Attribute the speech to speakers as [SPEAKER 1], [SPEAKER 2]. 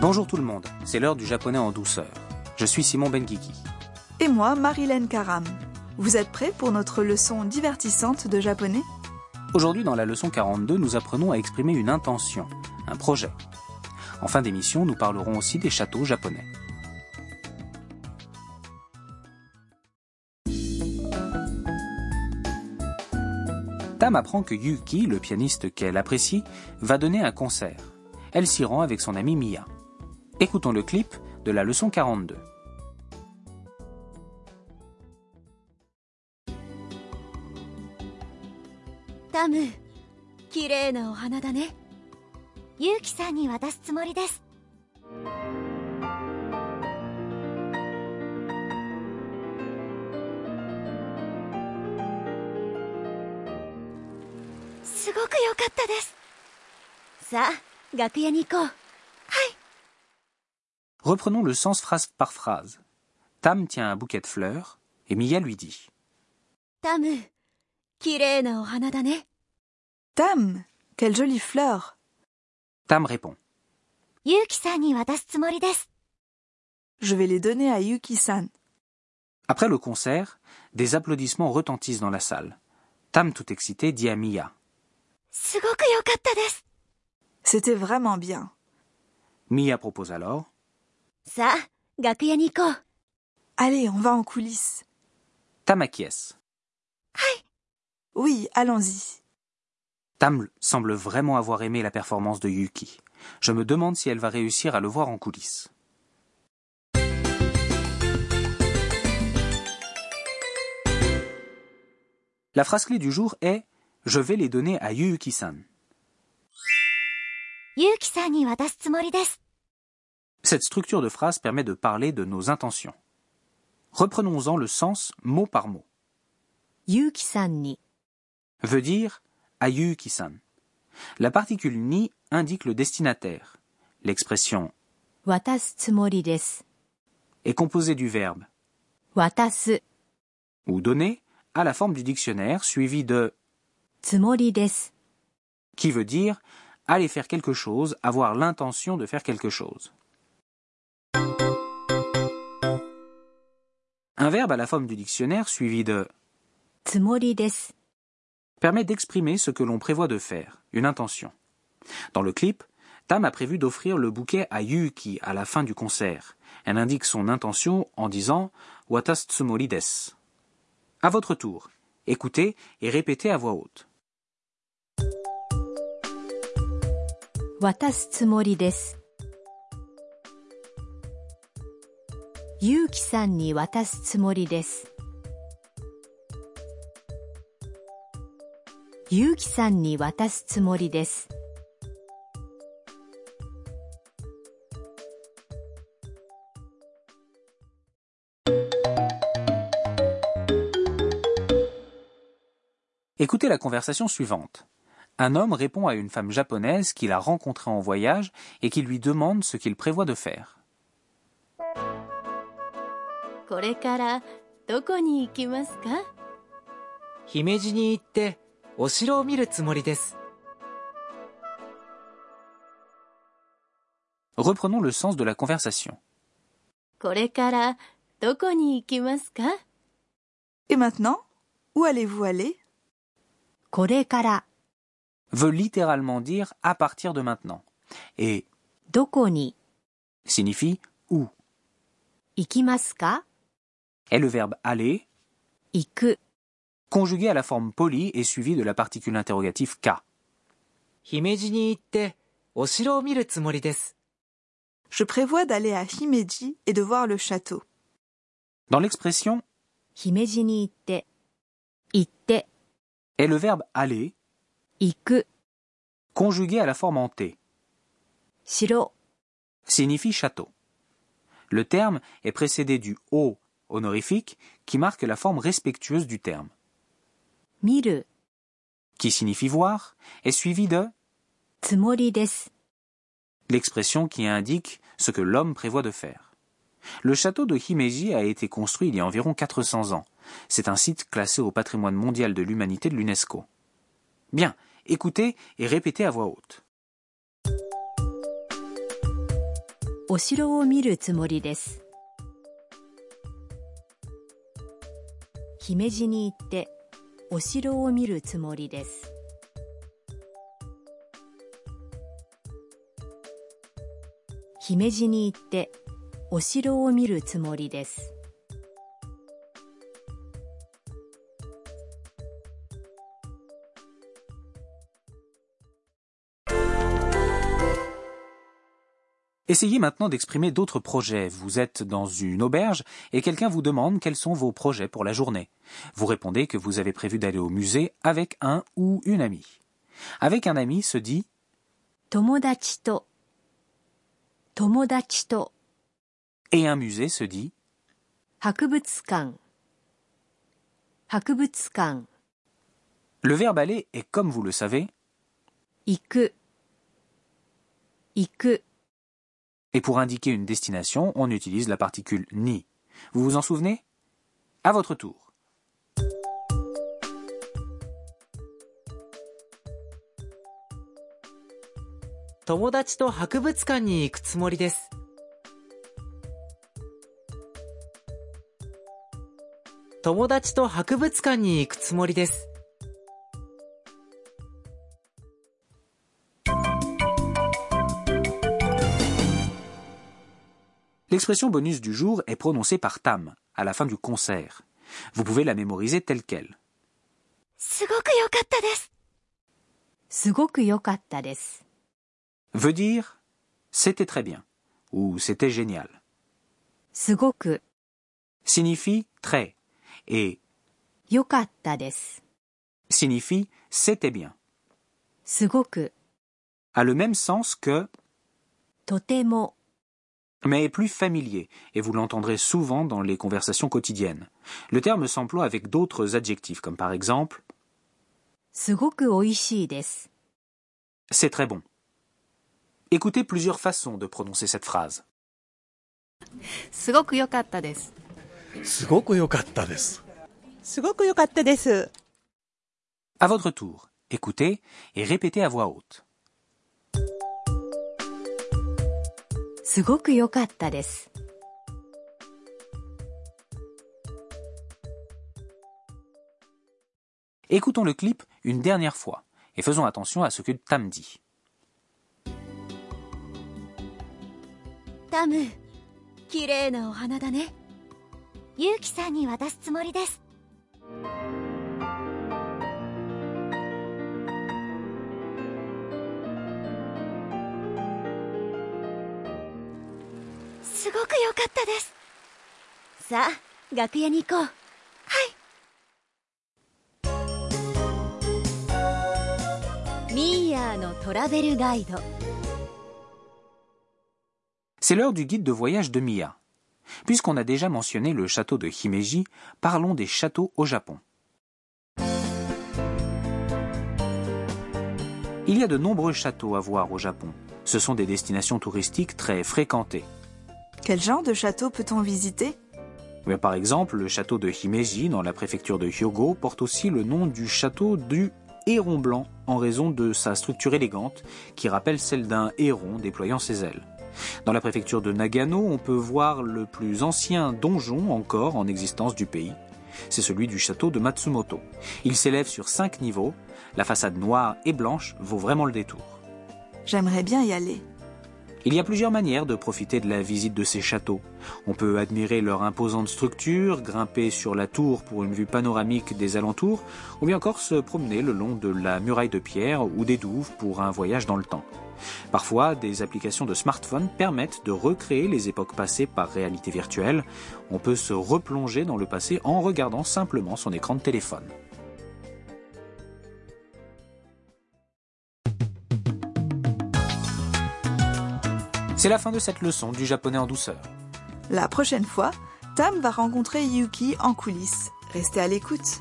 [SPEAKER 1] Bonjour tout le monde, c'est l'heure du japonais en douceur. Je suis Simon Benguigui.
[SPEAKER 2] Et moi, Marilyn Karam. Vous êtes prêts pour notre leçon divertissante de japonais
[SPEAKER 1] Aujourd'hui, dans la leçon 42, nous apprenons à exprimer une intention, un projet. En fin d'émission, nous parlerons aussi des châteaux japonais. Tam apprend que Yuki, le pianiste qu'elle apprécie, va donner un concert. Elle s'y rend avec son amie Mia. Écoutons le clip de la leçon 42.
[SPEAKER 3] タム綺麗なお花だねユウキさんに渡すつもりですすごく良かったですさあ楽屋に行こう
[SPEAKER 1] Reprenons le sens phrase par phrase. Tam tient un bouquet de fleurs et Mia lui dit
[SPEAKER 3] タム綺麗なお花だね
[SPEAKER 2] Tam Quelle jolie fleur
[SPEAKER 1] Tam répond
[SPEAKER 3] ユウキさんに渡すつもりです
[SPEAKER 2] Je vais les donner à Yuki-san.
[SPEAKER 1] Après le concert, des applaudissements retentissent dans la salle. Tam, tout excité, dit à Mia.
[SPEAKER 3] すごく良かったです
[SPEAKER 2] C'était vraiment bien.
[SPEAKER 1] Mia propose alors.
[SPEAKER 3] さあ楽屋に行こう
[SPEAKER 2] Allez, on va en coulisses.
[SPEAKER 1] Tam acquiesce.
[SPEAKER 2] Oui, allons-y.
[SPEAKER 1] Tam semble vraiment avoir aimé la performance de Yuki. Je me demande si elle va réussir à le voir en coulisses. La phrase clé du jour est Je vais les donner à Yuki-san.
[SPEAKER 3] ユウキさんに渡すつもりです
[SPEAKER 1] Cette structure de phrase permet de parler de nos intentions. Reprenons-en le sens mot par mot.
[SPEAKER 3] ユウキさんに
[SPEAKER 1] veut dire Ayuki-san. La particule ni indique le destinataire. L'expression
[SPEAKER 3] 渡すつもりです
[SPEAKER 1] est composée du verbe
[SPEAKER 3] 渡す
[SPEAKER 1] ou donner à la forme du dictionnaire suivi de
[SPEAKER 3] つもりです
[SPEAKER 1] qui veut dire aller faire quelque chose, avoir l'intention de faire quelque chose. Un verbe à la forme du dictionnaire suivi de
[SPEAKER 3] つもりです
[SPEAKER 1] permet d'exprimer ce que l'on prévoit de faire, une intention. Dans le clip, Tam a prévu d'offrir le bouquet à Yuki à la fin du concert. Elle indique son intention en disant Watas tsumori des. À votre tour, écoutez et répétez à voix haute.
[SPEAKER 3] 渡すつもりですゆうきさんに渡すつもりですゆうきさんに渡すつもりです
[SPEAKER 1] Écoutez la conversation suivante. Un homme répond à une femme japonaise qu'il a rencontrée en voyage et qui lui demande ce qu'il prévoit de faire.
[SPEAKER 3] これからどこに行きますか
[SPEAKER 4] 姫路に行ってお城を見るつもりです。
[SPEAKER 1] Reprenons le sens de la conversation.
[SPEAKER 3] これからどこに行きますか
[SPEAKER 2] Et maintenant Où allez-vous aller
[SPEAKER 3] これから
[SPEAKER 1] veut littéralement dire à partir de maintenant et
[SPEAKER 3] どこに
[SPEAKER 1] signifie où.
[SPEAKER 3] 行きますか
[SPEAKER 1] est le verbe aller,
[SPEAKER 3] 行く
[SPEAKER 1] conjugué à la forme polie et suivi de la particule interrogative ka.
[SPEAKER 4] 姫路に行ってお城を見るつもりです。
[SPEAKER 2] Je prévois d'aller à Himeji et de voir le château.
[SPEAKER 1] Dans l'expression
[SPEAKER 3] 姫路に行って行って
[SPEAKER 1] est le verbe aller,
[SPEAKER 3] 行く
[SPEAKER 1] conjugué à la forme en t,
[SPEAKER 3] 城
[SPEAKER 1] signifie château. Le terme est précédé du o honorifique qui marque la forme respectueuse du terme,
[SPEAKER 3] 見る
[SPEAKER 1] qui signifie voir, est suivi de
[SPEAKER 3] つもりです。
[SPEAKER 1] l'expression qui indique ce que l'homme prévoit de faire. Le château de Himeji a été construit il y a environ 400 ans. C'est un site classé au patrimoine mondial de l'humanité de l'UNESCO. Bien, écoutez et répétez à voix haute.
[SPEAKER 5] お城を見るつもりです姫路に行ってお城を見るつもりです姫路に行ってお城を見るつもりです
[SPEAKER 1] Essayez maintenant d'exprimer d'autres projets. Vous êtes dans une auberge et quelqu'un vous demande quels sont vos projets pour la journée. Vous répondez que vous avez prévu d'aller au musée avec un ou une amie. Avec un ami se dit
[SPEAKER 5] 友達と友達と
[SPEAKER 1] et un musée se dit
[SPEAKER 5] 博物館博物館
[SPEAKER 1] Le verbe aller est, comme vous le savez,
[SPEAKER 5] 行く行く
[SPEAKER 1] et pour indiquer une destination, on utilise la particule ni. Vous vous en souvenez À votre tour.
[SPEAKER 4] 「友達と博物館に行くつもりです」「友達と博物館に行くつもりです」
[SPEAKER 1] L'expression bonus du jour est prononcée par Tam à la fin du concert. Vous pouvez la mémoriser telle qu'elle.
[SPEAKER 3] すごく良かったです
[SPEAKER 5] すごく良かったです。
[SPEAKER 1] Veut dire c'était très bien ou c'était génial.
[SPEAKER 5] すごく
[SPEAKER 1] Signifie très et
[SPEAKER 5] 良かったです。
[SPEAKER 1] signifie c'était bien.
[SPEAKER 5] すごく
[SPEAKER 1] A le même sens que
[SPEAKER 5] とても
[SPEAKER 1] mais est plus familier, et vous l'entendrez souvent dans les conversations quotidiennes. Le terme s'emploie avec d'autres adjectifs, comme par exemple
[SPEAKER 5] すごく美味しいです。
[SPEAKER 1] C'est très bon. Écoutez plusieurs façons de prononcer cette phrase.
[SPEAKER 5] すごく良かったです。
[SPEAKER 6] すごく良かったです。
[SPEAKER 7] すごく良かったです。
[SPEAKER 1] À votre tour, écoutez et répétez à voix haute.
[SPEAKER 5] すごく良かったです。
[SPEAKER 1] Écoutons le clip une dernière fois et faisons attention à ce que Tam dit.
[SPEAKER 3] タム綺麗なお花だねユウキさんに渡すつもりですすごく良かったですさあ楽屋に行こう
[SPEAKER 5] ミーヤーのトラベルガイド。
[SPEAKER 1] C'est l'heure du guide de voyage de Mia. Puisqu'on a déjà mentionné le château de Himeji, parlons des châteaux au Japon. Il y a de nombreux châteaux à voir au Japon. Ce sont des destinations touristiques très fréquentées.
[SPEAKER 2] Quel genre de château peut-on visiter
[SPEAKER 1] Mais par exemple, le château de Himeji dans la préfecture de Hyogo porte aussi le nom du château du héron blanc en raison de sa structure élégante qui rappelle celle d'un héron déployant ses ailes. Dans la préfecture de Nagano, on peut voir le plus ancien donjon encore en existence du pays. C'est celui du château de Matsumoto. Il s'élève sur cinq niveaux. La façade noire et blanche vaut vraiment le détour.
[SPEAKER 2] J'aimerais bien y aller.
[SPEAKER 1] Il y a plusieurs manières de profiter de la visite de ces châteaux. On peut admirer leur imposante structure, grimper sur la tour pour une vue panoramique des alentours, ou bien encore se promener le long de la muraille de pierre ou des douves pour un voyage dans le temps. Parfois, des applications de smartphone permettent de recréer les époques passées par réalité virtuelle. On peut se replonger dans le passé en regardant simplement son écran de téléphone. C'est la fin de cette leçon du japonais en douceur.
[SPEAKER 2] La prochaine fois, Tam va rencontrer Yuki en coulisses. Restez à l'écoute.